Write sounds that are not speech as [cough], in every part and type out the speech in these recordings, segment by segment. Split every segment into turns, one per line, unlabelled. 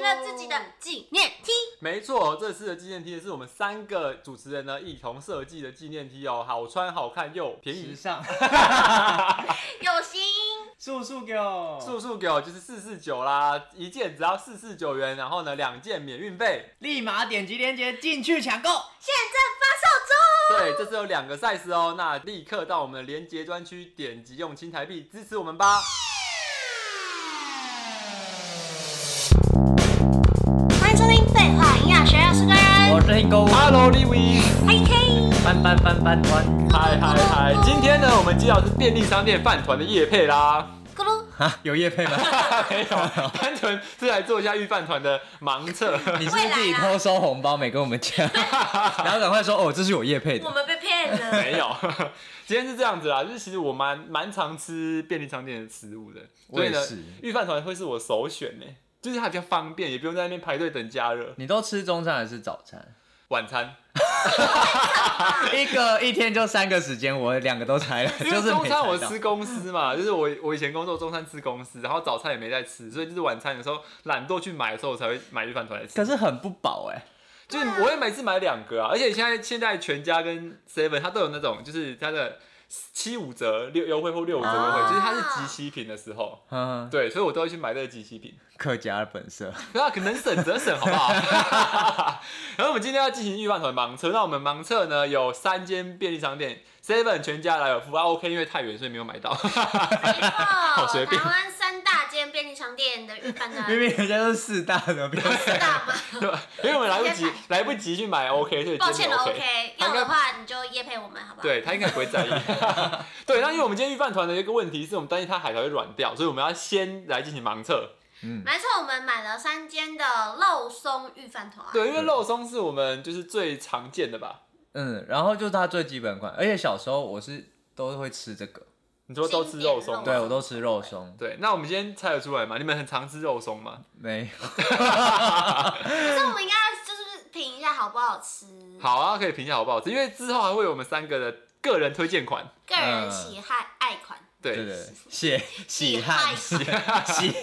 的纪念 T。
没错，这次的纪念 T 是我们三个主持人呢一同设计的纪念 T 哦，好穿、好看又便
时
宜。
尚， [laughs]
有型，
速速给我，
速速给我就是四四九啦，一件只要四四九元，然后呢两件免运费。
立马点击链接进去抢购。
现正发售中。
对，这次有两个 size 哦，那立刻到我们的连接专区点击用青台币支持我们吧。
欢迎收听《废话营养学》，我是个人，
我是黑狗，
Hello l e w i
嗨 K。
翻翻翻翻翻，
嗨嗨嗨！今天呢，我们接到的是便利商店饭团的夜配啦。 [laughs]
咕噜，
哈，有叶 [laughs] 配吗？
没有，单纯是来做一下预饭团的盲测。
你是不是自己偷收红包没跟我们 [laughs] 讲？然后赶快说哦，这是有叶配
哎
我
的。
们被骗了。
[laughs] 没有，今天是这样子啦，就是其实我蛮蛮常吃便利商店的食物的，
我也
所以
是
呢，预饭团会是我首选呢，就是它比较方便，也不用在那边排队等加热。
你都吃中餐还是早餐？
晚餐，
一个一天就三个时间，我两个都猜了， [laughs]
因
就
为
是
中
没
餐我
猜到
吃公司嘛，就是我我以前工作中餐吃公司，然后早餐也没在吃，所以就是晚餐有时候懒惰去买的时候，我才会买预饭团来吃。
可是很不饱 [laughs] 哎、
就是我会每次买两个啊，而且现在现在全家跟 Seven 它都有那种，就是它的七五折六优惠或六五折优惠，
啊
就是它是集齐品的时候，
嗯，
对，所以我都会去买这个集齐品。
客家的本色，
那可能省则省，好不好？ [laughs] 然后我们今天要进行预饭团盲测，那我们盲测呢有三间便利商店，Seven、全家、莱尔富啊，OK，因为太远所以没有买到。 [laughs]
好
随便
哦台湾三大间便利商店的日本的
[laughs]
明明人家是四大的，变成 [laughs]
知道吗？
对吧，因为我们来不
直接
及
买
来不及去买 OK，所以
抱
今
歉
天
了
没有
OK，
他
要
应
的
该
话你就夜配我们好不好？
对他应该不会在意。 [laughs] 对，那因为我们今天预饭团的一个问题是我们担心它海苔会软掉，所以我们要先来进行盲测。
没错，我们买了三间的肉松御饭团。啊
对，因为肉松是我们就是最常见的吧？
嗯，然后就是它最基本款，而且小时候我是都会吃这个，
你说都吃肉松吗？
经典
对
肉
我都吃肉松，
对，那我们今天猜得出来吗？你们很常吃肉松吗？
没
可是我们应该就是品一下好不好吃，
好啊，可以评价好不好吃，因为之后还会有我们三个的个人推荐款。
个人喜
嗯
爱爱款。
对，
对对对，
[laughs]
血喜汗
喜
喜喜，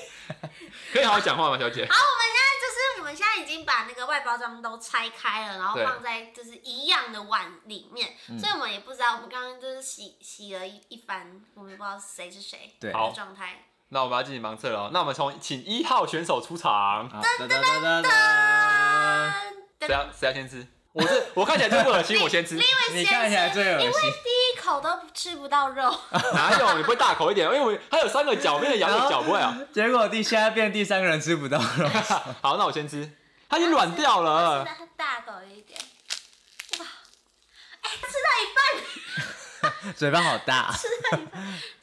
可以好好讲话吗，小姐？
好，我们现在就是我们现在已经把那个外包装都拆开了，然后
对
放在就是一样的碗里面，
嗯
所以我们也不知道，我们刚刚就是洗洗了一一番，我们不知道谁是谁
对
好
的状态。
那我们要进行盲测了哦。那我们从请一号选手出场，
好哒哒哒哒哒
谁
噔
要谁要先吃？我这我看起来最不恶心，我
[laughs]
先吃。
你看起来最恶
因为
心
第一口都吃不到
[laughs]
肉，
哪有？你不会大口一点？因为我还有三个脚，变成羊的脚不会啊。 [laughs]
结果第现在变第三个人吃不到肉，
好，那我先吃。它已经软掉
我
了
吃。的大口一点。哇，哎、吃到一半，
嘴巴好
[laughs]
大，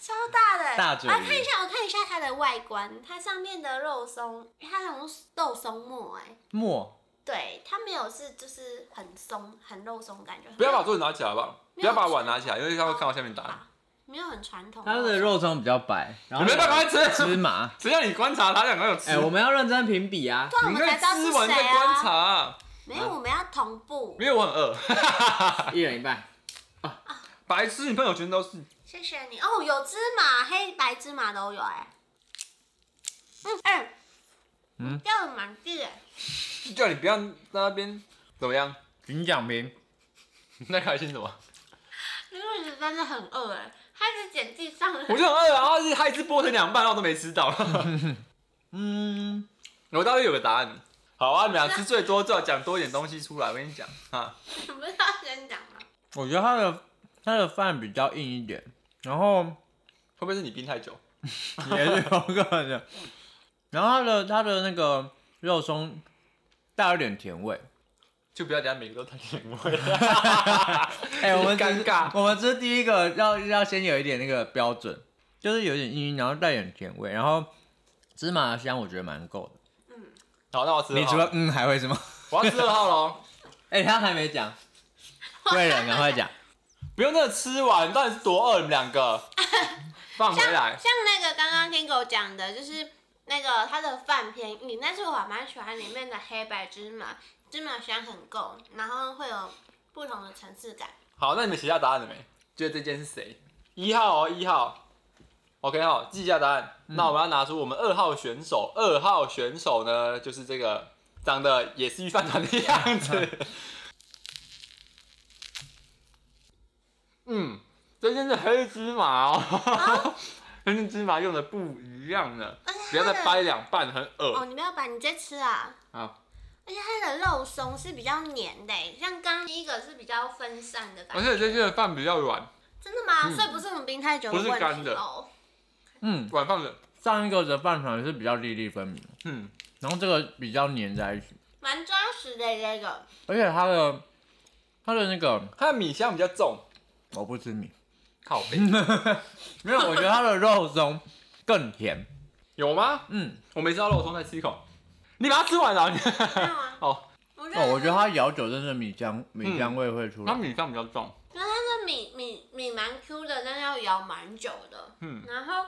超大的。
大嘴
我看一下，我看一下它的外观，它上面的肉松，它那种肉松末、哎，
沫
对，它没有是就是很松，很肉松感觉。
不要把桌子拿起来吧，不
没有
要把碗拿起来，因为它会看到下面答案。
啊没有很传统。
它的肉松比较白，然
你
后
们赶快吃，
芝麻，
谁让你观察他两个有吃？
哎、我们要认真评比啊，
对啊，我
你
们
可以
才知道
吃
是
完
谁
再观察、
啊。
啊，
没有，我们要同步。
因为我很饿。 [laughs]
一人一半，
白痴，你朋友圈都是。
谢谢你哦，有芝麻，黑白芝麻都有哎、嗯，哎、
嗯
掉了满地哎。
叫你不要在那边怎么 [laughs] 样？
评奖评，
你在开心什么？
因为你真的很饿哎，他只捡地上的。
我就很饿，然后他一直剥成两半，然后我都没吃 [laughs] 到。
嗯，
我大概有个答案。好啊，你们俩吃最多，最好讲多一点东西出来。我跟你讲啊，
你不是要先讲啊吗？
我觉得它的它的饭比较硬一点，然后
会不会是你冰太久？
也是有可能。然后它的它的那个肉松带有点甜味。
就不要等下每个都太甜味 [laughs] 了。
[laughs] 哎、我们只
尴尬
我们这是第一个要要先有一点那个标准，就是有点硬硬，然后带点甜味，然后芝麻的香我觉得蛮够的。
嗯
好，那我吃二号。
你除了嗯还会
[laughs]
什么？
我要吃二号喽。
哎、他还没讲，贵人赶快讲。
不用真的吃完，到底是多饿？你们两 [laughs] 个放回来。
像那个刚刚 Kingo 讲的，就是那个它的饭偏硬，但是我还蛮喜欢里面的黑白芝麻，芝麻香很够，然后会有不同的层次感。
好，那你们写下答案了没？觉得这件是谁？一号哦，一号。OK 哦好，
嗯
记一下答案。那我们要拿出我们二号选手，二号选手呢就是这个长得也是御饭团的样子。 [laughs] 嗯，这真是黑芝麻哦， [laughs] 黑芝麻用的不一样呢，
而且啊它
不要
的
再掰两半，很
哦，
恶
你不要把你再吃啊。
好。
而且它的肉松是比较黏的欸，像刚刚第一个是比较分散的感
而
觉。
且这些的饭比较软，
真的吗？
嗯
所以不是我们冰太久
不是
问
干
题
的
哦。
嗯，
软饭的，
上一个的饭团是比较粒粒分明，
嗯，
然后这个比较粘在一起，
蛮扎实的这
[laughs]
个，
而且它的它的那个
它的米香比较重，
我不吃米，
靠北
[laughs]
嗯
没有，我觉得它的肉松更甜。
有吗？
嗯，
我没吃到肉松，再吃一口，你把它吃完了， [laughs] 你。
没有啊
哦，
我觉得
哦，我觉得它咬久真的米香米香味会出
它
来。
米香比较重，
它的米米米蛮 Q 的，但是要咬蛮久的。
嗯
然后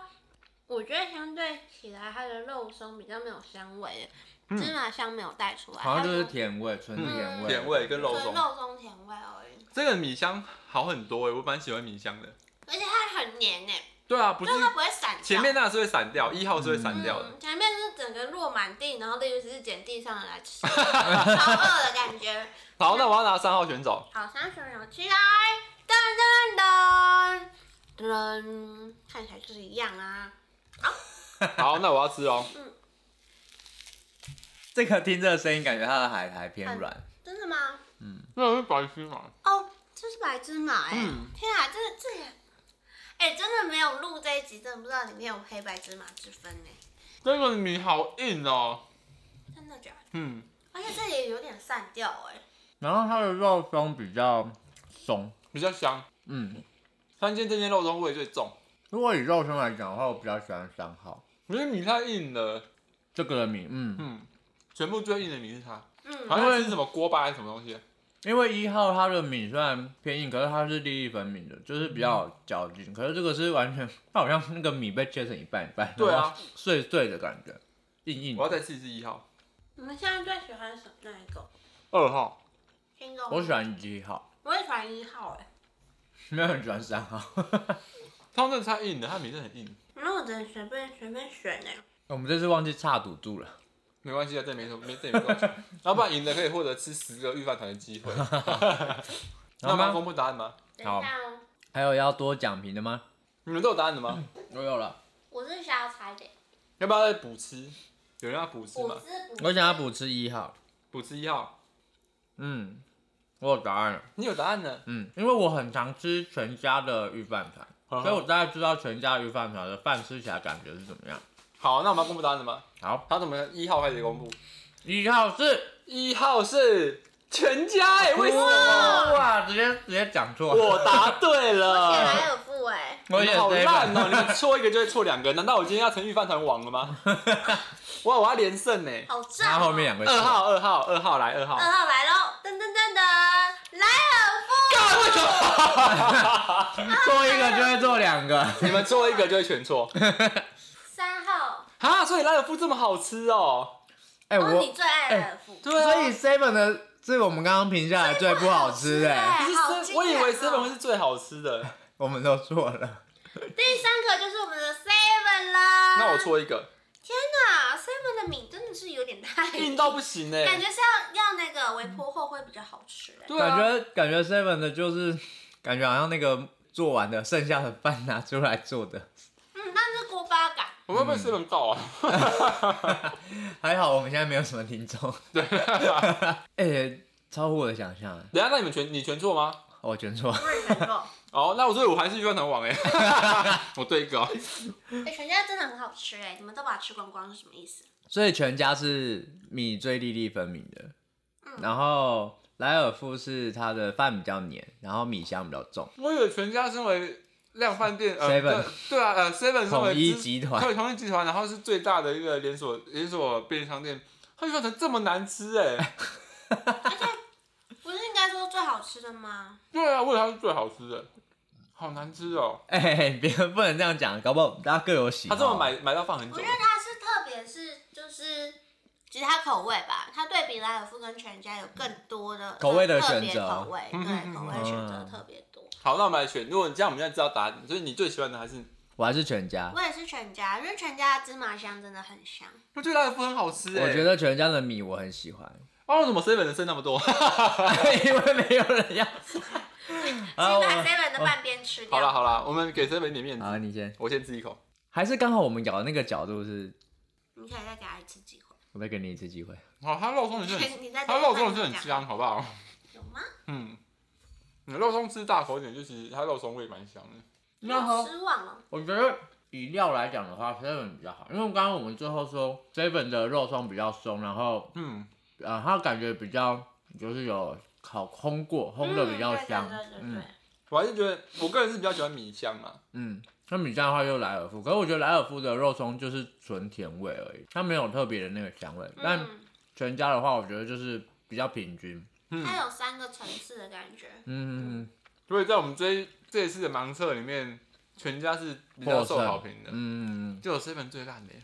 我觉得相对起来，它的肉松比较没有香味，
嗯
芝麻香没有带出来，
好像就是
它
甜味，纯甜味。
甜味跟肉
就是
松，
肉松甜味而已。
这个米香好很多哎，我蛮喜欢米香的。
而且它很黏诶，
对啊，不是
就是它不会散掉。
前面那个是会散掉，一号是会散掉的。
嗯。前面是整个落满地，然后这个是捡地上的来吃，超饿的感觉。 [laughs]
好，那我要拿三号选走。
好，三水手起来，啊噔噔噔噔噔，看起来就是一样啊。
好，那我要吃哦。
这个听这个声音，感觉它的海苔偏软。
真的吗？
那是白芝麻。
哦，这是白芝麻哎、
嗯
天啊，这这也，哎、真的没有录这一集，真的不知道里面有黑白芝麻之分呢、
这个米好硬哦。
真的假的？
嗯，
而且这也有点散掉哎、
然后它的肉松比较松。
比较香。
嗯，
三间这间肉松味最重，
如果以肉松来讲的话，我比较喜欢三号
我觉得米太硬了。
这个的米。嗯，
嗯，全部最硬的米是它，
嗯，
好像是什么锅巴还是什么东西。
因为一号它的米虽然偏硬，可是它是粒粒分明的，就是比较有嚼劲。可是这个是完全，它好像那个米被切成一半一半，
对啊，
碎碎的感觉，硬硬
我要
的。
再吃一次一号、
你们现在最喜欢什哪一个？
二号。
先跟
我喜，欢一号，
我也喜欢一号哎、
没有人喜欢三号。 [laughs]
它真的太硬了，它米真的很硬。
然后我只能随便随便选哎、
我们这次忘记差赌注了。
没关系啊，这没什么，没这也没关系。要不然赢的可以获得吃十个御饭团的机
[laughs]
会。那我们要公布答案吗？
等一下哦，
还有要多讲评的吗？
你们都有答案的吗？
我有了，
我是想要猜的，
要不要再补吃？有人要补吃
我
吗？
是不
我想要补吃一号。
补吃一号，
嗯，我有答案了。
你有答案呢？
嗯，因为我很常吃全家的御饭团，
所
所以我大概知道全家御饭团的饭吃起来感觉是怎么样。
好，那我们要公布答案了吗？
好，
他怎么一号开始公布？
一号是
一号是全家哎、为什么？
哇，直接直接讲错，
我答对
我写莱
了。
尔富哎、
你
我也
们好
这一
烂
份 [laughs]
哦！你们错一个就会错两个，难道我今天要成御饭团王了吗？ [laughs] 哇，我要连胜
[laughs]
呢！
好赞、
他
哦。
后面两个
二号，二号，二号来，二号。
二号来喽，噔噔噔噔，莱尔富，
干为什么？
做一个就会做两个，
你们错一个就会全错
三号，
啊！所以莱尔夫这么好吃哦。
哎、
哦，你
我
最爱莱尔富，
对
所
啊
以，seven 的是我们刚刚评下来最不好吃的、
哎
不是
好惊
我以为
人哦啊
seven 会是最好吃的，
我们都错了。
第三个就是我们的 Seven 啦。
那我错一个，
那 Seven 的米真的是有点太
硬到不行呢。
哎感觉是要要那个微波后会比较好吃哎、
对
感
啊，
觉感觉 seven 的就是感觉好像那个做完的剩下的饭拿出来做的，
嗯，但是锅巴感，
我们
嗯
会被 seven 告啊。
还好我们现在没有什么听众， [laughs]
对，等
哎、超乎我的想象，
一下那你们全你全错吗？
我全错，
不是全错。
哦，那我所以我还是御饭团王哎，
[laughs]
我对一个哦。
哎、全家真的很好吃哎、你们都把它吃光光是什么意思？
所以全家是米最粒粒分明的，
嗯
然后莱尔富是它的饭比较黏，然后米香比较重，
我以为全家身为量贩店呃
Seven
对对啊呃 seven 身
统
为
一
之
集团
对统一集团，然后是最大的一个连锁连锁便利商店，它御饭团这么难吃
[laughs]
哎。
不是应该说最好吃的吗？
对啊，我以为它是最好吃的，好难吃哦。
[laughs] 哎、别人不能这样讲，搞不好大家各有喜好。
他这么买买到放很
我
久
觉，得它是特别是就是其他口味吧，它对比莱尔富跟全家有更多的
嗯口味的
特别
选择
口味
嗯嗯
对
嗯
口味选择
嗯
特别多。
好，那我们来选。如果你这样，我们现在知道答案，所以你最喜欢的还是
我还是全家。
我也是全家，因为全家的芝麻香真的很香。
我觉得莱福很好吃哎、
我觉得全家的米我很喜欢， [laughs]
哦，怎么 seven 的剩那么多？
因为没有人
[laughs]
要。
先
啊好，我哦
把 seven 的半边吃掉。
好啦好啦，我们给 seven 一点面子，
好，你先。
我先吃一口。
还是刚好我们咬的那个角度是，
你可以再给他一次机会。
我再给你一次机会。
好，它肉松也是
[laughs]
很，
你在
它肉松也是很香，好不好？
有吗？
嗯，你肉松吃大口一点，就其实它肉松味蛮香的。
那好失望哦。
我觉得以料来讲的话，seven 比较好，因为刚刚我们最后说 seven 的肉松比较松，然后
嗯，
呃，它感觉比较就是有烤烘过，烘的比较香
嗯对对对。对
嗯
对
我还是觉得我个人是比较喜欢米香啊。
嗯，那米香的话就莱尔夫，可是我觉得莱尔夫的肉松就是纯甜味而已，它没有特别的那个香味。但
嗯
全家的话，我觉得就是比较平均。
嗯，
它有三个层次的感觉。
嗯
所以在我们这一这一次的盲测里面，全家是比较受嗯好评的，
嗯，
就有 seven 最烂的耶。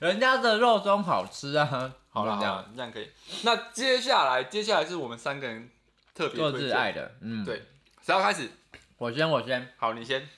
人家的肉松好吃啊。
好啦，
这
好
样
啦这样可以。那接下来，接下来是我们三个人特别
各
推
自
荐
爱，的。嗯，
对谁要开始？
我先，我先。
好，你先，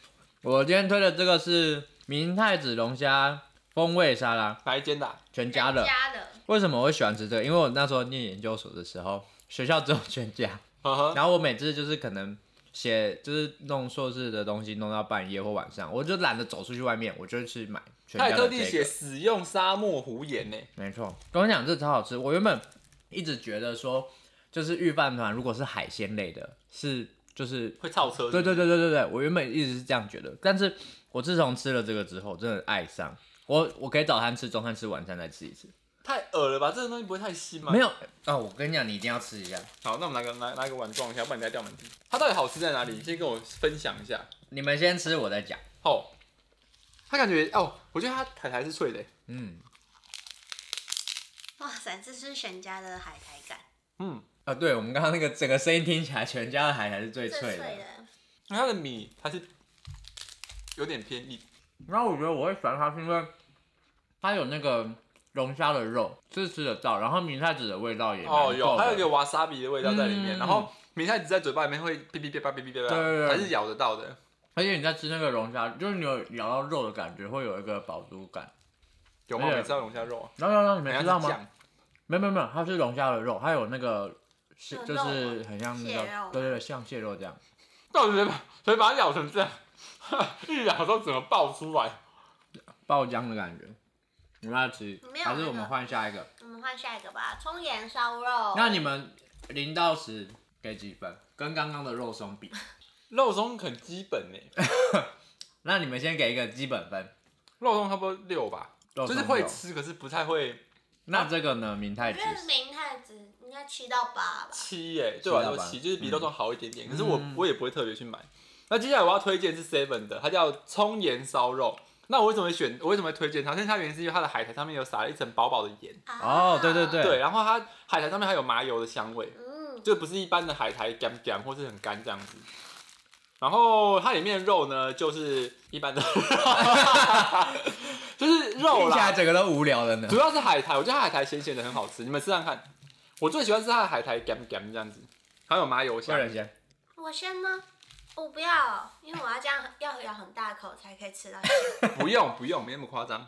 我今天推的这个是明太子龙虾风味沙拉，
哪一间的啊？
全家的。
加的。
为什么我会喜欢吃这个？因为我那时候念研究所的时候，学校只有全
[laughs]
家，
呵呵，
然后我每次就是可能写就是弄硕士的东西弄到半夜或晚上，我就懒得走出去外面，我就去买全家
他还
的、
特
这
地
个
写使用沙漠胡言呢。
没错，跟我讲这超好吃。我原本一直觉得说，就是御饭团如果是海鲜类的，是就是
会超车。
对对，对对对对，我原本一直是这样觉得，但是我自从吃了这个之后，真的爱上。我我可以早餐吃，中餐吃，晚餐再吃一次。
太恶了吧？这个东西不会太腥吗？
没有啊、我跟你讲，你一定要吃一下。
好，那我们拿个拿拿一个碗装一下，不然你再掉满地。它到底好吃在哪里？先跟我分享一下。
你们先吃，我再讲。
哦，它感觉哦，我觉得它海苔是脆的。
嗯
哇塞，这是全家的海苔感，
嗯，
啊，对，我们刚刚那个整个声音听起来，全家的海苔是最
最
脆
脆
的。
的。
它的米它是有点偏硬。
然后我觉得我会喜欢它，是因为它有那个龙虾的肉，是吃得到，然后明太子的味道也蛮
哦，有，
够的
它有一个瓦萨比的味道在里面，
嗯
然后明太子在嘴巴里面会哔哔哔叭哔哔哔
对对
叭，
对
还是咬得到的，
而且你在吃那个龙虾，就是你有咬到肉的感觉，会有一个饱足感。
有吗？
而且
每次要龙虾肉啊，
然后，然后你们
好像
知
是
道吗？
酱
没有没有没有，它是龙虾的肉，它有那个是
有
就
肉
是很像那
蟹肉
个对对对，像蟹肉这样。
到底谁把谁把它咬成这样？ [laughs] 一咬都整个爆出来。
爆浆的感觉。你们要吃
没，有
还是我
那
们
个
换下一个？
我们换下一个吧，葱盐烧肉。
那你们零到十给几分？跟刚刚的肉松比，
肉松很基本欸呢，
那你们先给一个基本分。
肉松差不多六吧，
肉
就
松
是会
有。
吃，可是不太会
那这个呢？明太
我
子
觉得明太子应该七到八吧。
七嗯耶，对我来说
七到八
七就是比肉松好一点点，可是我
嗯
我也不会特别去买。那接下来我要推荐是 Seven 的，它叫葱盐烧肉。那我为什么会选？我为什么会推荐它？因为它原因是因为它的海苔上面有撒了一层薄薄的盐，
啊
哦对对对
对，然后它海苔上面还有麻油的香味，
嗯，
就不是一般的海苔干干或是很干这样子。然后它里面的肉呢，就是一般的， [laughs] 就是肉
听起来
啦，
整个都无聊了呢
主。要是海苔。我觉得它海苔咸咸的很好吃，你们试试看。我最喜欢吃它的海苔干干这样子，还有麻油
个
香。
人先，
我先吗？我不要，啊因为我要这样要咬很大口才可以
[laughs]
吃到。
不用不用，没那么夸张。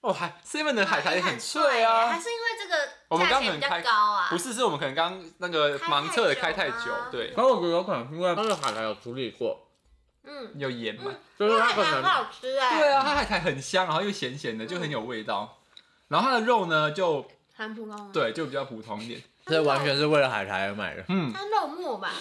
哦，海 seven 的海苔也很脆
耶还
啊。
是因为这个
我们
价
刚
钱
很
比
开
较高啊？
不是，是我们可能刚那个盲测的开
开
太
太
久
久啊，
对，
可我觉得有可能是因为它的海苔有处理过，
嗯，
有盐嘛。
就是它可
很
能
好吃哎、
对啊，它海苔很香，然后又咸咸的，就很有味道。然后它的肉呢，就
很普啊通。，
对，就比较普通一点。
这完全是为了海苔而买的。
嗯，
它肉末吧，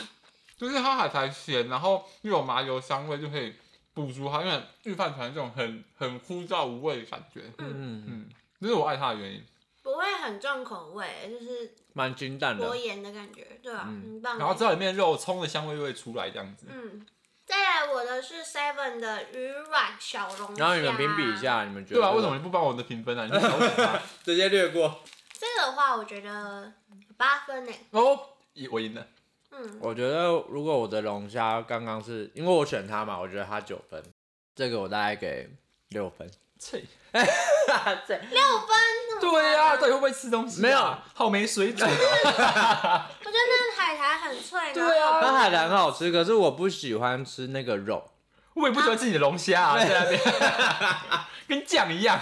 就是它海苔咸，然后又有麻油香味，就可以补足它，因为御饭团这种很很枯燥无味的感觉。
嗯，
嗯，这是我爱它的原因。
不会很重口味，就是
蛮清淡
多
的。
盐的感觉，对吧、啊
嗯
很棒。
然后这里面肉葱的香味又会出来，这样子。
嗯，再来我的是 Seven 的鱼软小龙虾。
然后你们评比一。下，你们觉得
对啊，为什么你不帮我的评分啊？你是小丑吗？
直接略过？
这个的话，我觉得八分呢、
哦，赢我赢了。
嗯，
我觉得如果我的龙虾刚刚是因为我选它嘛，我觉得它九分，这个我大概给六
[laughs]
分。
切，
六分。嗯那么
对呀、
夸张
到底会不会吃东西、啊
没有，
好没水准、啊。 [laughs]
我觉得那海苔很脆。
对啊
然后
它海苔很好吃，可是我不喜欢吃那个肉，
我也不喜欢吃你的龙虾、啊，在那边 [laughs] 跟酱一样。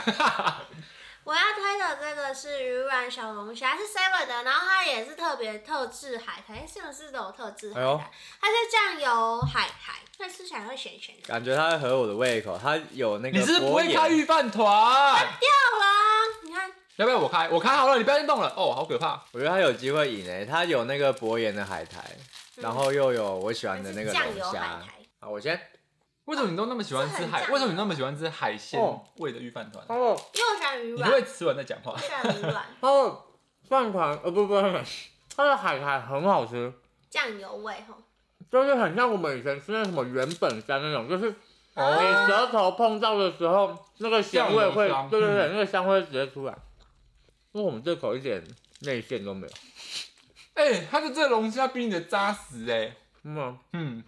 我要推的这个是鱼软小龙虾，是 Seven 的，然后它也是特别特制海苔，是不是都有特制海
哎呦
苔？它是酱油海苔，但吃起来会咸咸的。
感觉它合我的胃口，它有那个
你是不是不
薄
会
盐
开预饭团？
好啦，啊你看，
要不要我开？我开好了，你不要再动了。哦，好可怕！
我觉得它有机会赢诶，它有那个薄盐的海苔，
嗯
然后又有我喜
它
欢的那
是
个
酱
龙
油海
虾。
苔，
好，我先。
为什么你都那么喜欢吃
这很
海？
赞
为什么你那么喜欢吃海鲜
哦
味的预饭团？
哦
因为我喜欢鱼
你
软，
会吃完再讲话
我。喜欢鱼软，
哦，
饭团呃不不不，
它的海苔很好吃，
酱油味吼。
就是很像我们以前吃那什么原本山那种，就是
哦，
你舌头碰到的时候，那个香味
酱
会
油香，
对对对，
嗯
那个香味会直接出来。因为我们这口一点内馅都没有，
哎，它的这个龙虾比你的扎实哎。
嗯啊，
嗯，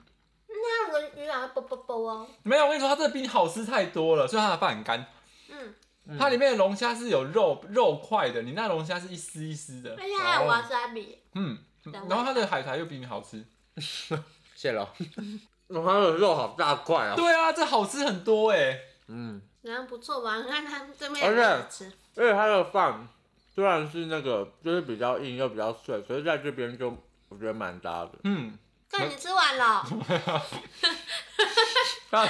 那我的鱼软会啵啵啵哦，
没有，我跟你说，它这个比你好吃太多了，所以它的饭很干。
嗯，
嗯
它里面的龙虾是有肉肉块的，你那龙虾是一丝一丝的
而。且还有
哦
wasabi，
嗯，然后它的海苔又比你好吃。
谢喽。
哦它的肉好大块啊，
对啊，这好吃很多哎。
嗯，
怎样不错吧？你看它这边
而且
也吃，
而且它的饭虽然是那个就是比较硬又比较脆，可是在这边就我觉得蛮搭
[laughs]
的。
嗯，
但你吃完了，
嗯它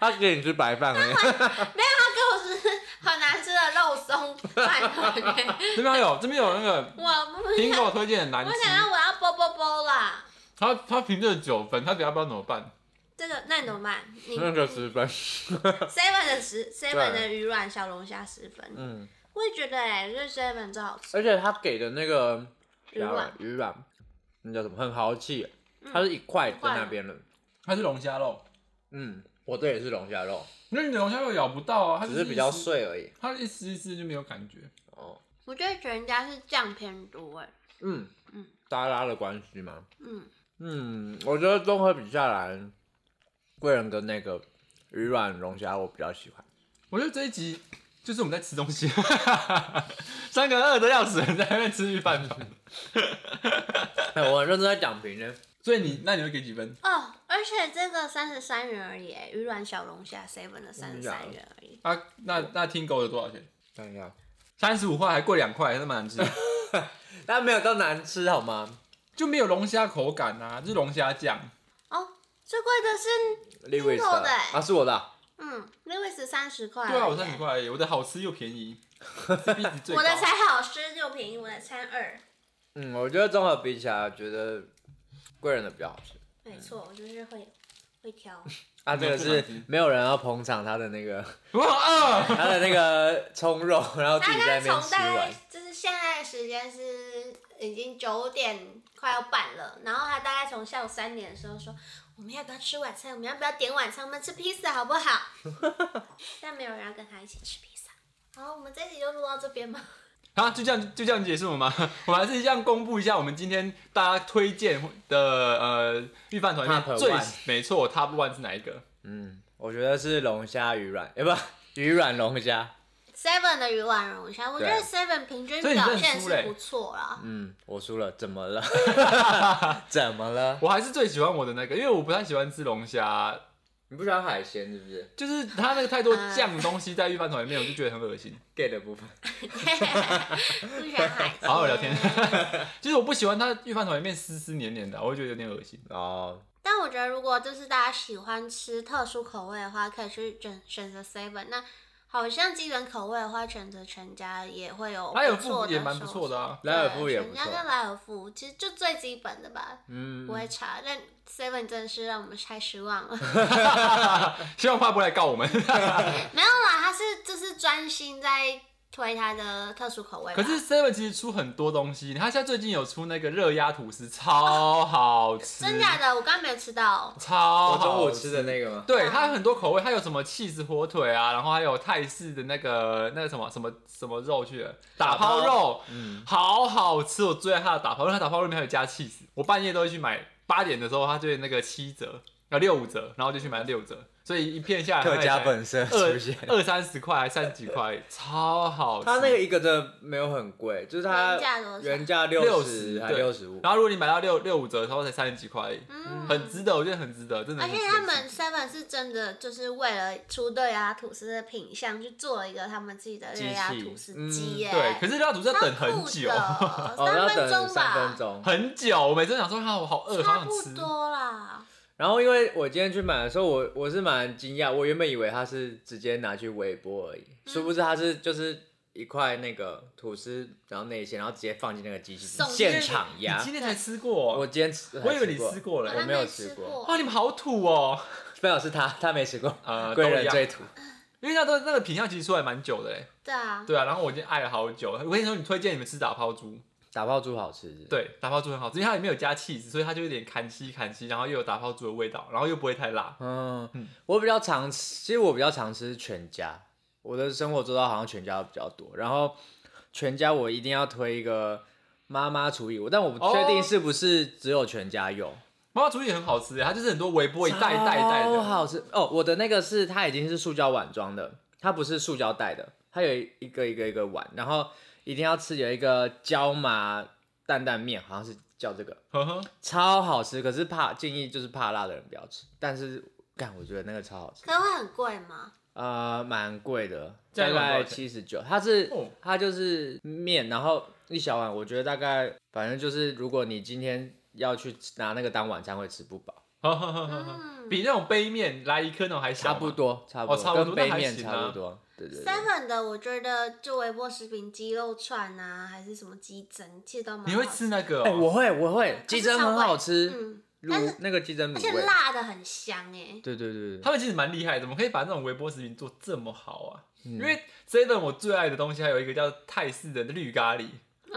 它给你吃白饭
[laughs]
而已，
他给我吃很难吃的肉松饭团欸，
这边还有这边有那个
我不
苹
想，
果推荐的难
[laughs] 我
吃，
想要我要啵啵啵啦。
它它评这九分，它等下不知道怎么办。
这个那你怎么办？你
那个十分， [laughs]
seven 的十 seven 的鱼软小龙虾十分，
嗯，
我也觉得哎、欸，就是 seven 最好吃。
而且它给的那个
鱼软，
鱼软，那叫什么？很豪气，它是一块在那边的。
它是龙虾肉，
嗯，
我这也是龙虾肉，
因为你的龙虾肉咬不到啊，它
只
是
是比较
一丝，
碎而已。
它一丝一丝就没有感觉。
哦，
我觉得全家是酱偏多哎、
嗯
嗯，
沙拉的关系嘛。
嗯，
嗯，我觉得综合比下来，贵人跟那个鱼软龙虾我比较喜欢。 [laughs]
我觉得这一集就是我们在吃东西，三个饿的要死，在那边吃鱼饭团。
哎、我很认真在讲评呢。
所以你那你会给几分？
哦，而且这个三十三元而已、欸，鱼软小龙虾 seven 的三十三元而已。
啊，那那听狗的多少钱？
等一下，
三十五块还贵两块，还是蛮难吃的，
但没有到难吃好吗？
就没有龙虾口感啊，就是龙虾酱。
哦，最贵的是
立位
的欸
啊，是我的啊。
嗯 Louis 三十块而已欸，
对啊，我三十块而已，我的好吃又
[laughs]
便宜，CP 值最高。
我的才好吃又便宜，我的餐二，
嗯，我觉得综合比起来，觉得贵人的比较好吃。
没
嗯
错，我就是会会
[laughs]
挑。
啊，这个
不满
是
意
没有人要捧场他的那个 [laughs]
我好饿。
他的那个葱
[laughs]
肉，然后自
大
己在
概
那边
从
吃
大
完
概。就是现在的时间是已经九点快要半了，然后他大概从下午三点的时候说，我们要不要吃晚餐？我们要不要点晚餐？我们吃披萨好不
[laughs]
好？但没有人要跟他一起吃披萨。好，我们这集就录到这边吧。
好，啊就这样就这样结束了吗？ [laughs] 我们还是一样公布一下我们今天大家推荐的呃预饭团里
Top
面最
one
没错 Top One 是哪一个？
嗯，我觉得是龙虾鱼软，哎、不，鱼软龙虾。
Seven 的鱼丸龙虾，我觉得 Seven 平均
所以你
表
认
现
输
是
嘞
不错
[laughs]
啦。
嗯，我输了，怎么
[laughs]
了？怎么了？
我还是最喜欢我的那个，因为我不太喜欢吃龙虾，
你不喜欢海鲜是不是
就是它那个太多
啊
酱的东西在预饭团里面，我就觉得很恶心。
？gay 的部分。
不喜欢海鲜，
好好聊天就是我不喜欢它预饭团里面丝丝黏黏的，我会觉得有点恶心。
哦，
但我觉得，如果就是大家喜欢吃特殊口味的话，可以去选选择 seven。那好像基本口味的话，选择全家也会有
还有
不错
富
的
也蛮不错
的
的啊，
收视，
莱尔夫也
对
不
全
错
家。跟莱尔富其实就最基本的吧，
嗯
不，会差。但 seven 真的是让我们太失望
[laughs]
了。
希望他不来告我们。
没有啦，他是就是专心在推他的特殊口味吧。
可是 Seven 其实出很多东西，它现在最近有出那个热压吐司，超好吃，
真假的，我啊刚没有吃到。
超
我中
好
午吃的那个吗？
对，
嗯
它有很多口味，它有什么气质火腿啊，然后还有泰式的那个那个什么什么什么肉去了，打
打抛
抛肉，
嗯，
好好吃，我最爱它的打抛，因为它打抛肉里面还有加气呃质，我半夜都会去买，八点的时候它就会那个七折，啊六五折，然后就去买六折，所以一片下来
客家
卖起来
本色出现。
二二三十块还三十几
[laughs]
块，超好吃。
它那个一个真的没有很贵，就是它
原价多少
原价六十
60
还
对
六十五，
然后如果你买到六六五折，差不多才三十几块而已，
嗯，
很值得，我觉得很值得，真的
而
很值
且
得。
他们 Seven 是真的就是为了出对啊吐司的品相，去做了一个他们自己的对啊
机器
吐司
嗯
机耶、
对，可是料主是要等很久，
超酷
哦，
的 [laughs] 三
要
分
等
钟
三分
吧，
钟。
[laughs] 很久。我每次都想说，啊，我好饿，好
差
想
不
吃。
多啦。
然后因为我今天去买的时候，我我是蛮惊讶，我原本以为它是直接拿去微波而已，殊不知它是就是一块那个吐司，然后内馅，然后直接放进那个机器
送进去
现场
你
压。
今天才吃过？
我今天吃，
我以为你吃
吃
过嘞
还
我没有
吃
吃过。
过
哇，你们好土哦。
没有是他，他没吃
[laughs]
过。
呃，
贵
都一
人
样
最土，
因为那都那个品相其实出来蛮久的嘞。
对啊，
对啊，然后我已经爱了好久。我跟你说，你推荐你们吃打抛猪，
打泡猪好吃。，
对，打抛猪很好吃，因为它里面有加气质，所以它就有点砍西砍西，然后又有打抛猪的味道，然后又不会太辣。
嗯，我比较常吃，其实我比较常吃全家，我的生活周遭好像全家比较多。然后全家我一定要推一个妈妈厨艺，我但我不确定
哦
是不是只有全家有。
妈妈煮也很好吃耶，它就是很多微波一袋一袋一袋
超
的。
好吃哦！我的那个是它已经是塑胶碗装的，它不是塑胶袋的，它有一个一个一个碗，然后一定要吃有一个椒麻担担面，好像是叫这个，
呵呵，
超好吃。可是怕建议就是怕辣的人不要吃，但是干我觉得那个超好吃，
可能会很贵吗？
呃，蛮贵的，
这
大
样一碗多
概
少钱
七十九。它是
哦
它就是面，然后一小碗，我觉得大概反正就是如果你今天要去拿那个当晚餐会吃不饱，
呵呵呵呵呵，
嗯
比那种杯面来一颗那种还小
差
嘛。
不多，差不
哦差
多，
不多
跟杯
那还
面
行
差不
啊
多。对对对。
，Seven 的我觉得就微波食品鸡肉串啊，还是什么鸡胗，其实都蛮
你会
好
吃那个哦、
哎，我会，我会，鸡胗很好
吃，
吃，
嗯，但
卤
是
那个鸡胗
而且
卤味。
辣的很香哎、
对对对对，
他们其实蛮厉害的，怎么可以把那种微波食品做这么好啊？
嗯
因为 seven 我最爱的东西还有一个叫泰式的绿咖喱，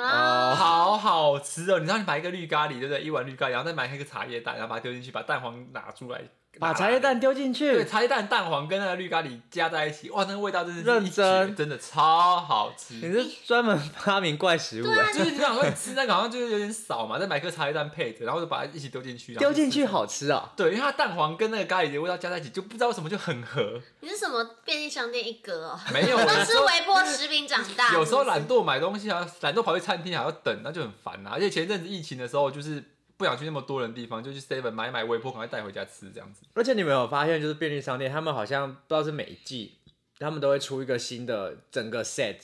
啊，
好好吃哦！你知道你买一个绿咖喱，对不对？一碗绿咖喱，然后再买一个茶叶蛋，然后把它丢进去，把蛋黄拿出来，
把
拿
茶叶蛋丢进
对
去，
茶叶蛋蛋黄跟那个绿咖喱加在一起，哇，那个味道真的是
认
一绝
真
真的超好
你
吃。
是专门发明怪食物
啊
哎，
就是你想说你吃那个好像就是有点少嘛，再买一颗茶叶蛋配着，然后就把它一起丢进去，然后
丢
就
进去
吃。
好吃啊！
对，因为它蛋黄跟那个咖喱的味道加在一起，就不知道为什么就很合。
你是什么便利商店一哥哦、
没有，我
都
有时
吃
候
微波食品长大，
有时候
是不是
懒惰买东西啊，懒惰跑去餐厅还要等，那就很烦啊。而且前一阵子疫情的时候，就是不想去那么多人的地方，就去 Seven 买一买微波，赶快带回家吃这样子。
而且你们有发现，就是便利商店，他们好像不知道是每一季，他们都会出一个新的整个 set，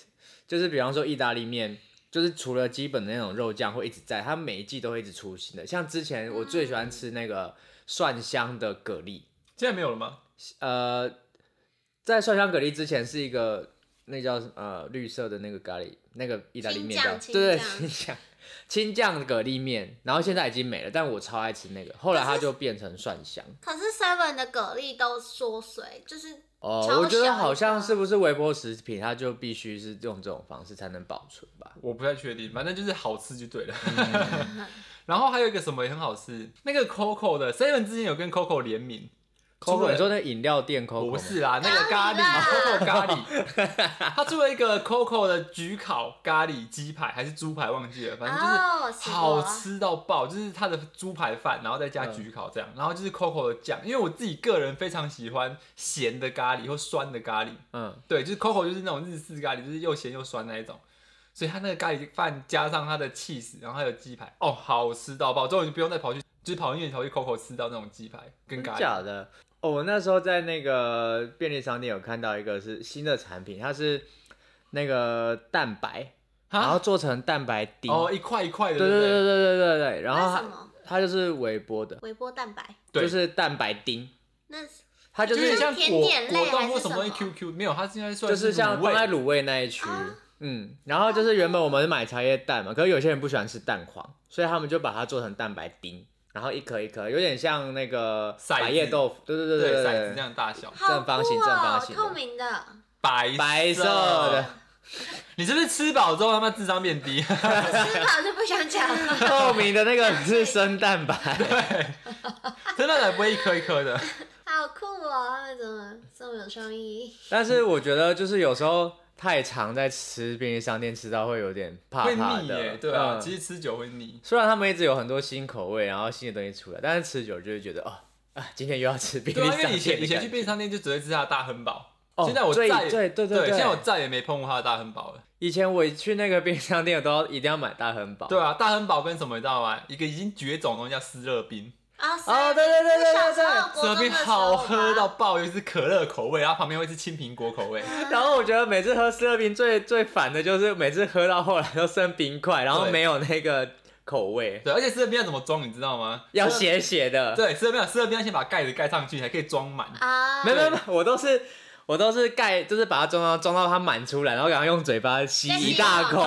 就是比方说意大利面。就是除了基本的那种肉酱会一直在，他们每一季都会一直出新的。像之前我最喜欢吃那个蒜香的蛤蜊，
现在没有了吗？
呃，在蒜香蛤蜊之前是一个那叫什么呃绿色的那个咖喱，那个意大利面叫
青酱
对对
青
青酱青酱蛤蜊面，然后现在已经没了，但我超爱吃那个，后来它就变成蒜香。
可是 Seven 的蛤蜊都缩水，就是
哦
超，
我觉
小
得
一
好像
个
是不是微波食品，它就必须是用这种方式才能保存吧？
我不太确定，反正就是好吃
[laughs]
就对了。然后还有一个什么也很好吃，那个 Coco 的 Seven 之前有跟 Coco 联名
Coco，
了
你说那饮料店 Coco
不
吗
是啦，那个
咖
咖
喱
喱
啦
Coco 咖喱，他出了一个 Coco 的焗烤咖喱鸡排还是猪排忘记了，反正就是
哦，我吃过
好
了，
吃到爆，就是它的猪排饭，然后再加焗烤
嗯
这样，然后就是 Coco 的酱，因为我自己个人非常喜欢咸的咖喱或酸的咖喱，
嗯，
对，就是 Coco 就是那种日式咖喱，就是又咸又酸那一种，所以它那个咖喱饭加上它的 cheese，然后还有鸡排，哦，好吃到爆，终于不用再跑去，就是跑远跑去 Coco 吃到那种鸡排
真
跟咖喱，
假的？哦，我那时候在那个便利商店有看到一个是新的产品，它是那个蛋白，然后
啊，
做成蛋白丁。
哦，一块一块的，
对
不
对对对对对对，然后
那什
它
么
它就是微波的，
微波蛋白，
对
就是蛋白丁，
那
它就
就是是像
甜
果
点类
果
还
冻
是
或什么东西
什么
QQ，没有，它现在算
就是像
卤
放在
味，
卤味那一区
啊，
嗯，然后就是原本我们是买茶叶蛋嘛，可是有些人不喜欢吃蛋黄，所以他们就把它做成蛋白丁，然后一颗一颗，有点像那个
骰子
百叶豆腐，对对对
对，
对
骰子
对
这
对，
样的大小，
好
正方形
酷哦
正方形的
透明的，
白
白色的
你是不是吃饱之后他妈智商变低？ [laughs]
吃饱就不想讲了。
透明的那个是生蛋白，
真的才不会一颗一颗的。
好酷哦！他们怎么这么有创意？
但是我觉得就是有时候太常在吃便利商店吃到会有点怕
会
怕
腻耶
的，，
对啊，
嗯
其实吃久会腻。
虽然他们一直有很多新口味，然后新的东西出来，但是吃久了就会觉得哦，啊，今天又要吃便
对
利
啊，
商
因
店
为以前
的
以前
感
去
觉
便利商店就只会吃他的大亨堡，
哦
现在我
最
再也
对对对对
现在我再也没碰过他的大亨堡了。
以前我去那个便利商店，我都要一定要买大亨堡。
对啊，大亨堡跟什么你知道吗？一个已经绝种的东西叫湿热冰，
啊，
[laughs] 哦对对对对对对
湿热冰好喝到爆，尤其是可乐口味，然后旁边会是青苹果口味。
然后我觉得每次喝十二冰最最烦的就是每次喝到后来都剩冰块，然后
对
没有那个口味，
对，而且湿热冰要怎么装，你知道吗？
要斜斜的。
对，湿热冰，湿热冰要先把盖子盖上去，才可以装满。
啊，
没没没，我都是我都是盖，就是把它装到装到它满出来，然后给它用嘴巴吸
再吸
一大口，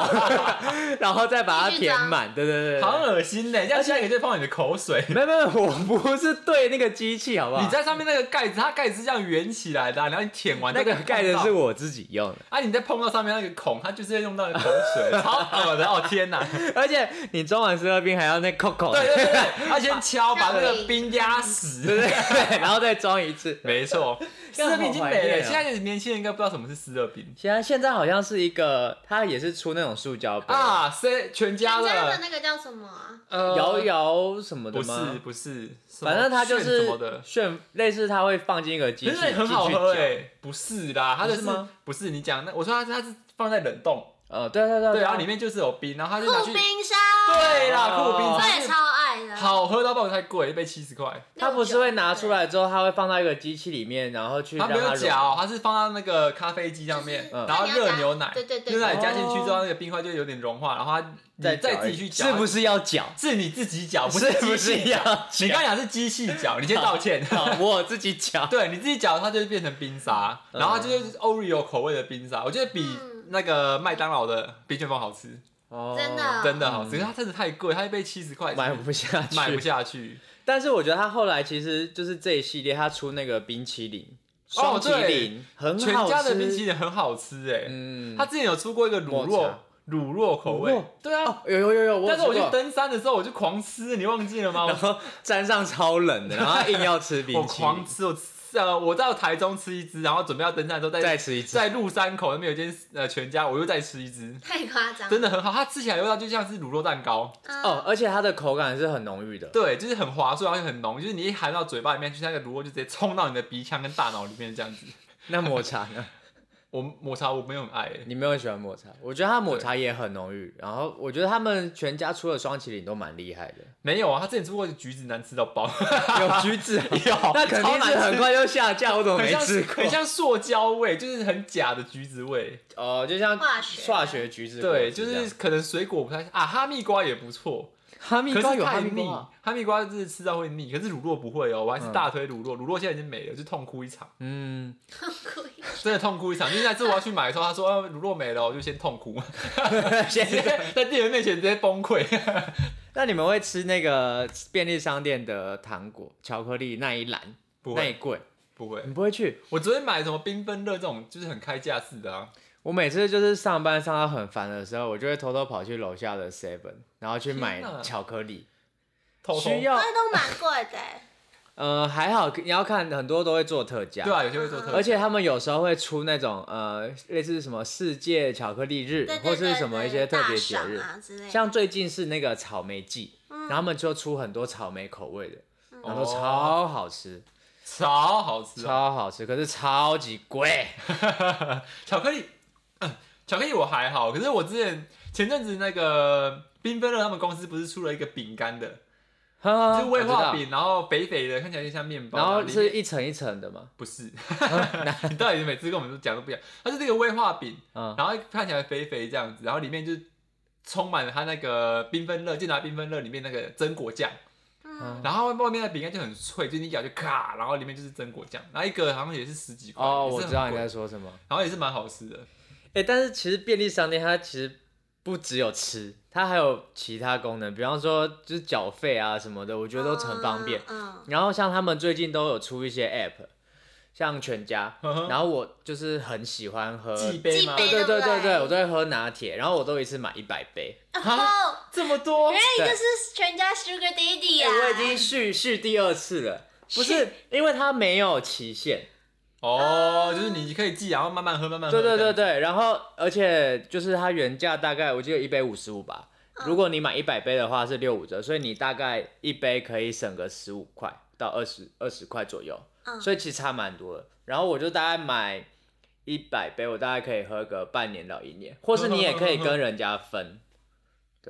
[laughs] 然后再把它
继续
填
装
满。对对对
好
对，
恶心呢、这样下一个就放你的口水。
没没没，我不是对那个机器，好不好？
你在上面那个盖子，它盖子是这样圆起来的啊、然后你舔完
那
都可以
个
碰到
盖的是我自己用的。
啊，你再碰到上面那个孔，它就是要用到你的口水，超恶的！哦天哪！
而且你装完十二冰还要那扣扣，
对
对
对对对，他先敲把
让
那个
你
冰压死。
对 [laughs] 对，然后再装一次。
没错，湿
干
热冰已经
好怀念
没了。
哦
现在的年轻人应该不知道什么是湿热冰
现在现在好像是一个，它也是出那种塑胶杯，
啊！谁全家
家的
了？
那个叫什么啊？
呃
摇摇什么的
不
吗？
是不是，什么
反正它就
炫
是
什么的，
炫，类似它会放进一个机
可
器，
是很好喝
哎、
哎、不是啦，它
不
的
是吗？
不是你讲那，我说它它是放在冷冻，
呃，对对对
对，然后里
面
面就是有冰，然后它就拿
酷
去。
冰沙，
对啦，
哦
酷冰
我
它
也
是
超爱的。
好喝到爆，太贵，一杯七十块。
69，
它不是会拿出来之后，它会放到一个机器里面，然后去
它
让
没有
它
搅、
融。
它是放到那个咖啡机
对，
上面，
就是
嗯
然后
那你要
热
加
牛奶，
对对对，
牛奶加
哦
进去之后，那个冰块就有点融化，然后它你
再
再
搅一
自己去搅，
是不是要搅？
是你自己搅，不
是
机
不
器
[laughs] 是要
你
搅？
刚讲是机器搅，你先
[laughs]
道歉。
好我自己搅。
对，你自己搅它就会变成冰沙，
嗯
然后它就是 Oreo 口味的冰沙，我觉得比
嗯
那个麦当劳的冰旋风好吃，
哦
真的
真的好吃。可是它真的太贵，它一杯七十块，
买不下去，
买不。下去。
但是我觉得它后来其实就是这一系列，它出那个冰淇淋，
哦
双淇淋、很
全
好吃。
家的冰淇淋很好吃哎、
嗯，
它之前有出过一个乳
抹
酪
茶
乳酪口
乳
味
酪，哦
对啊。
有有有有，有
但是我去
吃过
登山的时候，我就狂吃，你忘记了吗？
然后沾上超冷
[laughs]
的，然后硬要吃冰
我
淇淋，
狂吃，我吃呃，我到台中吃一只，然后准备要登山的时候，
再
在
吃一次。
在鹿山口那边有间呃全家，我又再吃一只，
太夸张了。
真的很好，它吃起来的味道就像是乳酪蛋糕，
嗯
哦，，而且它的口感是很浓郁的。
对，就是很滑顺，而且很浓，就是你一含到嘴巴里面去，那个乳酪就直接冲到你的鼻腔跟大脑里面这样子。
那抹茶呢？
我抹茶我没有很爱、欸，
你没有很喜欢抹茶？我觉得它抹茶也很浓郁。然后我觉得他们全家出的双麒麟都蛮厉害的，
没有啊，他之前出过橘子难吃到爆，
有橘
[laughs]
子，
有
那肯定是很快就下架，我怎么
很
没
像
吃过
很？像塑胶味，就是很假的橘子味。
哦，就像
化学啊
化学橘子果汁这
对，
样，
就是可能水果不太啊，哈密瓜也不错，
哈密
可
瓜
是
有
太
哈密
腻
瓜，，啊
哈密瓜是吃到会腻，可是乳酪不会哦，我还是
嗯
大推乳酪，乳酪现在已经没了，就痛哭一场， [laughs]
嗯，
故意
真的痛哭一场。因为那次我要去买的时候，他说、啊、乳酪没了，我就先痛哭， [laughs]
现
直接
在
在店员面前直接崩溃。 [laughs]
那你们会吃那个便利商店的糖果、巧克力那一栏、
不
那一
会
柜？
不会，
你不会去？
我昨天买什么缤纷乐这种就是很开架式的啊，
我每次就是上班上到很烦的时候，我就会偷偷跑去楼下的 Seven，然后去买
天哪
巧克力。
偷偷
需要
那都蛮贵
[laughs]
的欸，
呃还好，你要看很多都会做特价，
对啊，有些会做特，
而且他们有时候会出那种呃类似什么世界巧克力日
对对对，
或是什么一些特别节
大赏
日，
啊之类的，
像最近是那个草莓季，
嗯
然后他们就出很多草莓口味的，然后
哦
都超好吃，
超好吃、啊，
超好吃，可是超级贵。 [laughs]
巧克力、嗯巧克力我还好，可是我之前前阵子那个缤纷乐他们公司不是出了一个饼干的，
就
就是威化，饼，然后肥肥的，看起来就像面包，
然后
里
是
面
一层一层的嘛，
不是？ [laughs] 你到底每次跟我们都讲都不一样。它是这个威化饼，
嗯，
然后看起来肥肥这样子，然后里面就充满了它那个缤纷乐，健达缤纷乐里面那个榛果酱，
嗯，
然后外面的饼干就很脆，就你咬就咔，然后里面就是榛果酱，然后一个好像也是十几块，
哦，
也
我
是很
知道你
贵
在说什么。
然后也是蛮好吃的。
哎、但是其实便利商店它其实不只有吃，它还有其他功能，比方说就是缴费啊什么的，我觉得都很方
啊
便。啊
嗯，
然后像他们最近都有出一些 app，像全家，
呵 [laughs] 呵
然后我就是很喜欢喝，
几
对
杯吗？
几杯
对对
对
对
不对
对，我都会喝拿铁，然后我都一次买一百杯，
嗯哦，
啊这么多
原？来你就
对
是全家 Sugar Daddy
哎
啊！
我已经续续第二次了，不是因为它没有期限，
哦，就是你可以记，然后慢慢喝，慢慢喝。
对对
这
对
样子，
对，然后而且就是它原价大概我记得一杯五十五吧，如果你买一百杯的话是六五折，所以你大概一杯可以省个十五块到二十二十块左右，
嗯
所以其实差蛮多的。然后我就大概买一百杯，我大概可以喝个半年到一年，或是你也可以跟人家分。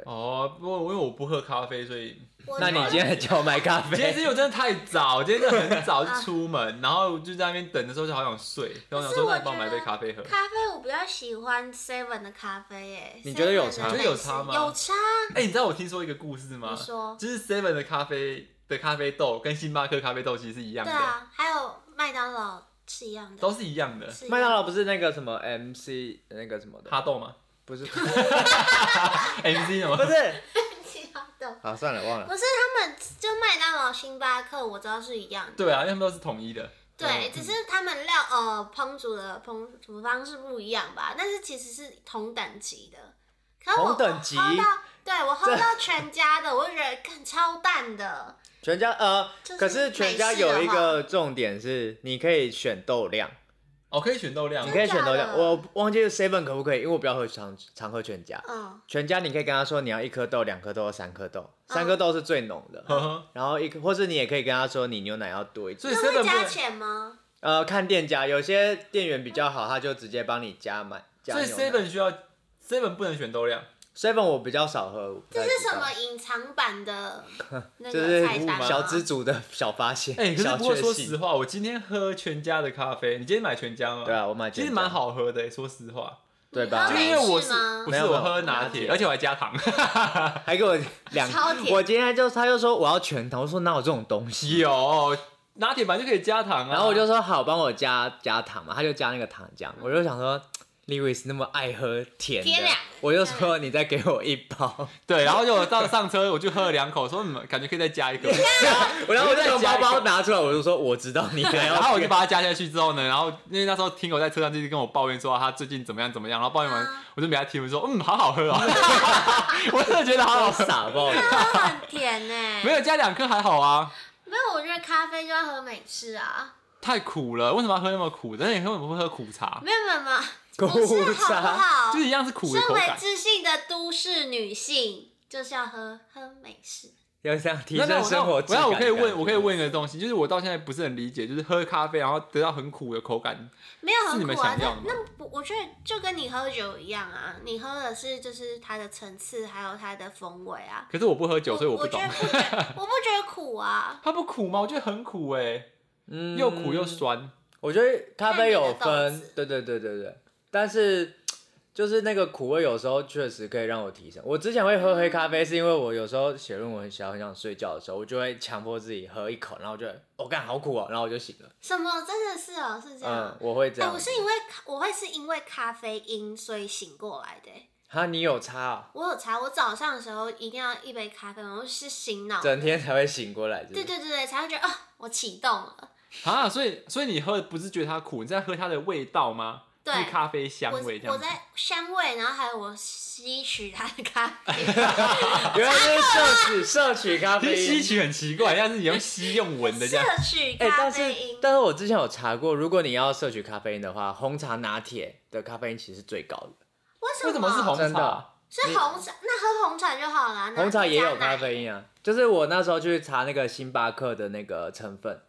哦，不过因为我不喝咖啡，所
[laughs]
以
我
那你今天叫我买咖
今天
啡？
是因为我真的太早，今天真的很早就出门，然后就在那边等的时候就好想睡，然后想说
可是我
那你帮我买杯咖啡喝。
咖啡我比较喜欢 Seven 的咖啡耶、
你觉得有
7-Eleven
差
的
你觉得有差吗
有差，
哎、你知道我听说一个故事吗
你？说
就是 Seven 的咖啡的咖啡豆跟星巴克咖啡豆其实是一样
对
的，
啊，还有麦当劳是一样的，
都是一样的。
是一样
[laughs] 麦当劳不是那个什么 MC 那个什么的，
哈豆吗
[laughs]
哎
不是
？MC 什么
不？是，
[laughs] 是一样的。
好算了忘了。
不是他们，就麦当劳、星巴克，我知道是一样的。
对啊，因为他们都是统一的。
对，
嗯
只是他们料呃烹煮的烹煮方式不一样吧，但是其实是同等级的。可是我
同等级
我喝到，对我喝到全家的，我就觉得更超淡的。
全家呃
就，是
可是全家有一个重点是，你可以选豆量，
哦，可以选豆量
你
真。
可以
的假的
选豆量。我忘记是 seven 可不可以，因为我不要喝常常喝全家。
嗯，
全家你可以跟他说你要一颗豆、两颗豆、三颗豆，三颗豆是最浓的。
呵呵，
然后一颗，或是你也可以跟他说你牛奶要多一
嗯所
点。
以
那会
Seven 不
加
能，
钱吗？
呃，看店家，有些店员比较好，他就直接帮你加满加
所以
牛奶。
Seven 需要 Seven 不能选豆量。
seven 我比较少喝，我不
这
太
是
知道
什么？隐藏版的那
这
个
是
菜单吗啊
小知足的小发现，
哎、可是
小
不过
确
说实
幸。
话，我今天喝全家的咖啡，你今天买全家吗？
对啊，我买
其实
全
蛮
家，
好喝的、欸说实话。
对
啊
吧？
就因为我是
美式吗
不
没
是
有没
我
有
喝拿
拿铁
铁，而且我还加糖。
还给我两
超甜
我今天就他就说我要全糖，我说哪有这种东西？
有拿铁本来就可以加糖啊。
然后我就说好，帮我加加糖嘛，他就加那个糖浆。我就想说 [laughs] ，Lewis 那么爱喝甜
天
的
亮，
我就说你再给我一包。
对，然后就我到上车我就喝了两口，说嗯，感觉可以再加一
[laughs]
个。
[laughs] 我然后我就
再
从
加
包
一
包
个
拿出来，我就说 [laughs] 我知道你
啊
还
然
要
后我就把它加下去之后呢，然后因为那时候听狗在车上就是跟我抱怨说他最近怎么样怎么样，然后抱怨完
啊
我就没他听，我就说嗯，好
[laughs]
好喝啊，我真的觉得好
[laughs]
好喝，
傻爆了。
它很甜呢、
没有加两颗还好啊，
没有，我觉得咖啡就要喝美式啊，太
太苦了，为什么要喝那么苦？但是你为什么会喝苦茶？
没有没有没有，
苦
不是好不好
就？是一样是苦的
身
口
为
感。
自信的都市女性，就是要喝喝美式。
要这样提
那那
升
我
生活质
那
感。
我可以问，我可以，问一个东西，就是我到现在不是很理解，就是喝咖啡然后得到很苦的口感，
没有
是你
很
们
苦啊
想，要
那
的吗
那不我觉得就跟你喝酒一样啊，你喝的是就是它的层次，还有它的风味啊。
可是我不喝酒，所以
我
不
觉
懂
得。不觉得， [laughs] 我不觉得苦啊。
它不苦吗？我觉得很苦哎、
嗯
又苦又。酸。
我觉得咖啡有
看你的豆
分
子，
对对对对对，但是就是那个苦味有时候确实可以让我提升。我之前会喝黑咖啡，是因为我有时候写论文想很想睡觉的时候，我就会强迫自己喝一口，然后我就会我干、好苦哦、然后我就醒了。
什么？真的是哦，是这样
嗯
哦。，
我会这
哎、
样
我。是因为咖我会是因为咖啡因所以醒过来的欸、
哈，你有差哦、
我有查，我早上的时候一定要一杯咖啡，然后是醒脑。
整天才会醒过来。
对
对
对对对，才会觉得哦，我启动了。
啊，所以所以你喝的不是觉得它苦，你在喝它的味道吗？
对
就是咖啡香
我
味这
我
样子。
在香味，然后还有我吸取它的咖
[laughs]
啡，
原来就是摄取摄取咖
其实
啡因
吸取很奇怪，但是你用吸用闻的
摄
这样。
取
哎、
咖
但是
啡因。
但是我之前有查过，如果你要摄取咖啡因的话，红茶拿铁的咖啡因其实是最高的，
为
为啊
什么是红
真的
茶？
是红茶？那喝红茶就好了。
红茶也有咖
因。
啡因啊。就是我那时候去查那个星巴克的那个成分，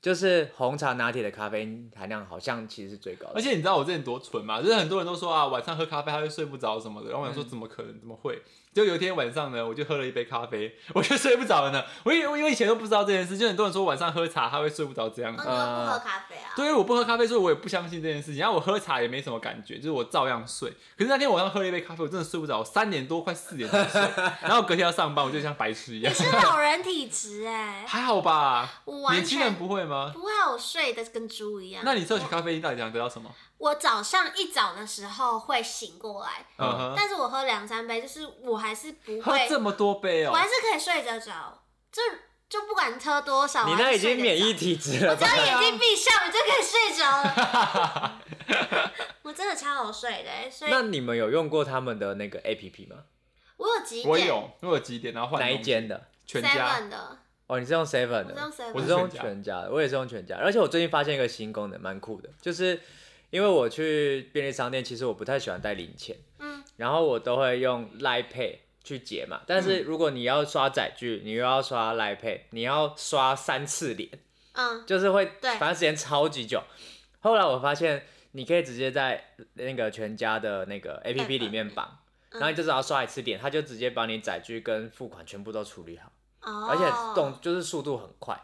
就是红茶拿铁的咖啡因含量好像其实是最高的，
而且你知道我之前多蠢吗？就是很多人都说啊，晚上喝咖啡他会睡不着什么的。然后我想说，
嗯
怎么可能？怎么会？就有一天晚上呢，我就喝了一杯咖啡，我就睡不着了呢。我以我以前都不知道这件事，就很多人说晚上喝茶他会睡不着这样
哦
子。
你又
嗯
不喝咖啡啊？
对于我不喝咖啡，所以我也不相信这件事情。然后我喝茶也没什么感觉，就是我照样睡。可是那天晚上喝了一杯咖啡，我真的睡不着，我三点多快四点才睡。然后隔天要上班，我就像白痴一样
你。是老人体质哎、
还好吧？
我完
年轻人
全
不会吗？
不会，我睡得跟猪一样。
那你摄取咖啡因到底想得到什么？
我早上一早的时候会醒过来，
嗯哼，
但是我喝两三杯，就是我还是不
喝
会，
这么多杯哦
我还，是可以睡得着，就就不管喝多少，
你
我
那
还
已
是睡
经
得
免
着
疫体质了
只
吧
要？眼睛闭上，我就可以睡着了。
[laughs]
我真的超好睡的欸、所以
那你们有用过他们的那个 A P P 吗？
我有几点
我有，我有几点，然后换
哪一
东西？
间的？
全家。
seven 的，
哦，你是用
我
Seven 的
是用 Seven，
我是
我是
用
全家
全家的，我也是用全家。而且我最近发现一个新功能，蛮酷的，就是因为我去便利商店，其实我不太喜欢带零钱，
嗯，
然后我都会用 Line Pay 去结嘛。但
嗯
是如果你要刷载具，你又要刷来配，你要刷三次脸，
嗯，
[laughs] 就是会
对
反正时间超级久。后来我发现你可以直接在那个全家的那个 A P P 里面绑，
嗯
然后你就只要刷一次脸，它就直接把你载具跟付款全部都处理好，
哦，
而且动就是速度很快。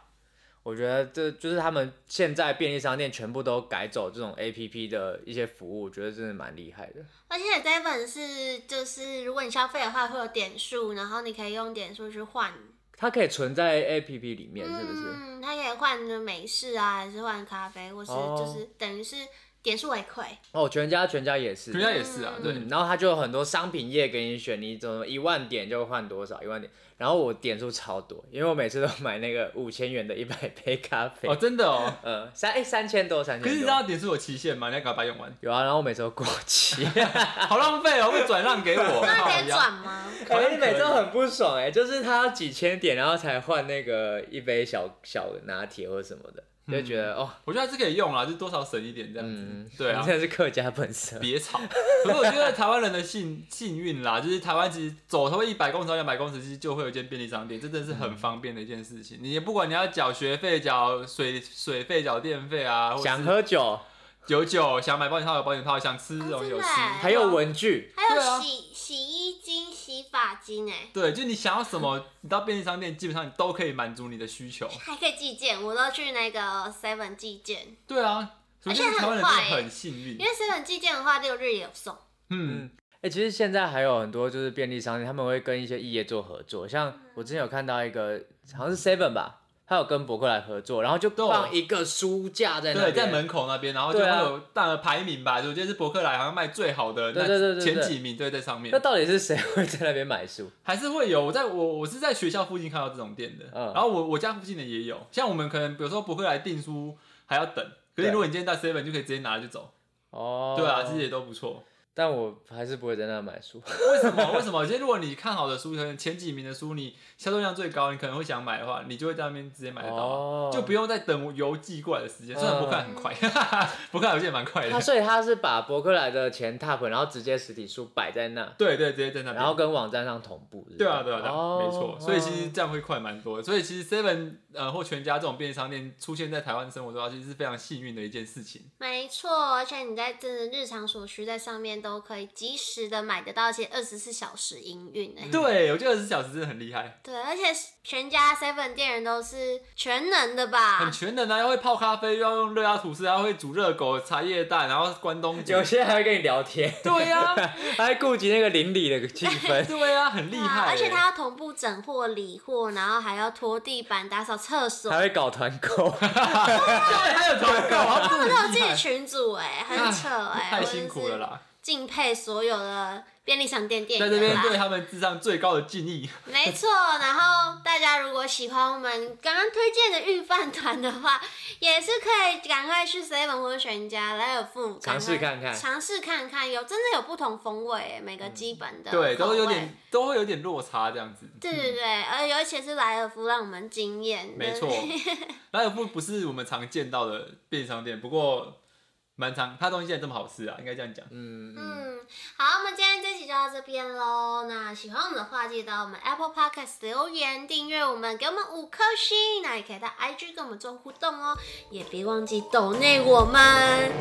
我觉得这就是他们现在便利商店全部都改走这种 A P P 的一些服务，我觉得真的蛮厉害的。
而且 Seven 是就是如果你消费的话会有点数，然后你可以用点数去换，
它可以存在 A P P 里面，是不是？
嗯，它可以换美式啊，还是换咖啡，或是
哦
就是等于是点数回馈，
哦，全家全家也是，
全家也是啊，对
嗯，然后它就有很多商品页给你选，你怎么一万点就换多少一万点，然后我点数超多，因为我每次都买那个 [laughs] 五千元的一百杯咖啡，
哦，真的哦。
呃，三哎三千多三
可是
千
你知
多，
道点数有期限吗？你要赶快把它用完，
有啊，然后我每次都过 [laughs] 期，
好浪费哦，会转让
[laughs]
给我。
那可以
靠腰
转吗？
好像
哎，每次都
可以
很不爽哎、就是它要几千点，然后才换那个一杯小小拿铁或什么的，就觉得、哦，
我觉得还是可以用啦，就多少省一点这样
嗯
子。，对啊
你，真的是客家本色，
别吵。可是我觉得台湾人的幸 [laughs] 幸运啦，就是台湾其实走差不多一百公尺到两百公尺，其实就会有一间便利商店，这真的是
嗯
很方便的一件事情。你也不管你要缴学费、缴水水费、缴电费啊，或者
想
是
喝酒，
有酒，想买保险套有保险套，想吃这种有吃。
啊真的欸
还有文具，
还有
对啊
洗、洗衣精、洗发精、哎，
对，就你想要什么，你到便利商店基本上你都可以满足你的需求。
还可以寄件，我都去那个 Seven 寄件，
对啊，所以
而且
就是台湾人
很
真
快
的
欸
很幸运
因。为 Seven 寄件的话六日也有送，
嗯，
哎、其实现在还有很多就是便利商店，他们会跟一些异业做合作。像我之前有看到一个，好像是 Seven 吧，他有跟博客来合作，然后就
对啊
放一个书架在那
对，
边，
在门口那边，然后就会
对啊
有大的排名吧，我觉得是博客来好像卖最好的
对对对
那
对
前
对
几名，对，在上面
那。到底是谁会在那边买书？
还是会有，我在我我是在学校附近看到这种店的，
嗯
然后我我家附近的也有，像我们可能比如说不会来订书还要等，可是
对
如果你今天到 seven 就可以直接拿了就走，
哦，
对啊，这些也都不错。
但我还是不会在那买书。
为什么？为什么？其实如果你看好的书，可能前几名的书，你销售量最高，你可能会想买的话，你就会在那边直接买得到，啊
哦
就不用再等邮寄过来的时间。虽然
嗯
博客来很快， [laughs] 博客来邮件蛮快
他
的，
所以他是把博客来的钱 tap，然后直接实体书摆在那，
对对，直接在那边。
然后跟网站上同步。是不是
对啊，对啊，对啊，
哦
没错。所以其实这样会快蛮多的。所以其实 Seven 呃或全家这种便利商店出现在台湾生活中，它其实是非常幸运的一件事情。
没错，而且你在真的日常所需在上面都可以及时的买得到，而且二十四小时营运、
嗯
哎、
对，我觉得二十四小时真的很厉害，
对，而且全家 Seven 店员都是全能的吧
很？全能啊，又会泡咖啡，又要用热压吐司，然后会煮热狗、茶叶蛋，然后关东
[laughs]
煮。
有些还会跟你聊天，
对呀、
还会顾及那个邻里的气
[laughs]
氛。
对呀、很厉
对
害
啊
欸、
而且他要同步整货、理货，然后还要拖地板、打扫厕所
还，会搞团购， [laughs]
对，还有团购，然后啊真的
都有
很
自己
厉
的
害。
群组哎、很扯哎、
太
我
辛
真
苦
是
了啦，
敬佩所有的便利商店店
在这边
员
对
啦，
他们智商最高的敬意。
没错。然后大家如果喜欢我们刚刚推荐的御饭团的话，也是可以赶快去 Seven 或者全家、莱尔富
尝试
赶快
看看
尝试看看，有真的有不同风味欸、每个基本的、
嗯对，都有点。都会有点落差这样子。
对对对，而尤其是莱尔夫让我们惊艳，
没
对 [laughs]
错，嗯莱尔富不是我们常见到的便利商店，不过蛮常，它东西现在这么好吃啊，应该这样讲。
嗯，
嗯，好，我们今天这集就到这边喽。那喜欢我们的话，记得到我们 Apple Podcast 留言、订阅我们，给我们五颗星。那也可以到 IG 跟我们做互动哦，也别忘记抖内我们。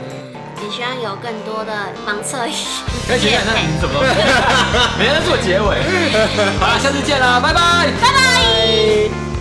Mm.
也希望有更多的盲测仪。
可以想想那你怎
[laughs]
么了？没人做结尾。好了，下次见啦，拜拜。
拜拜。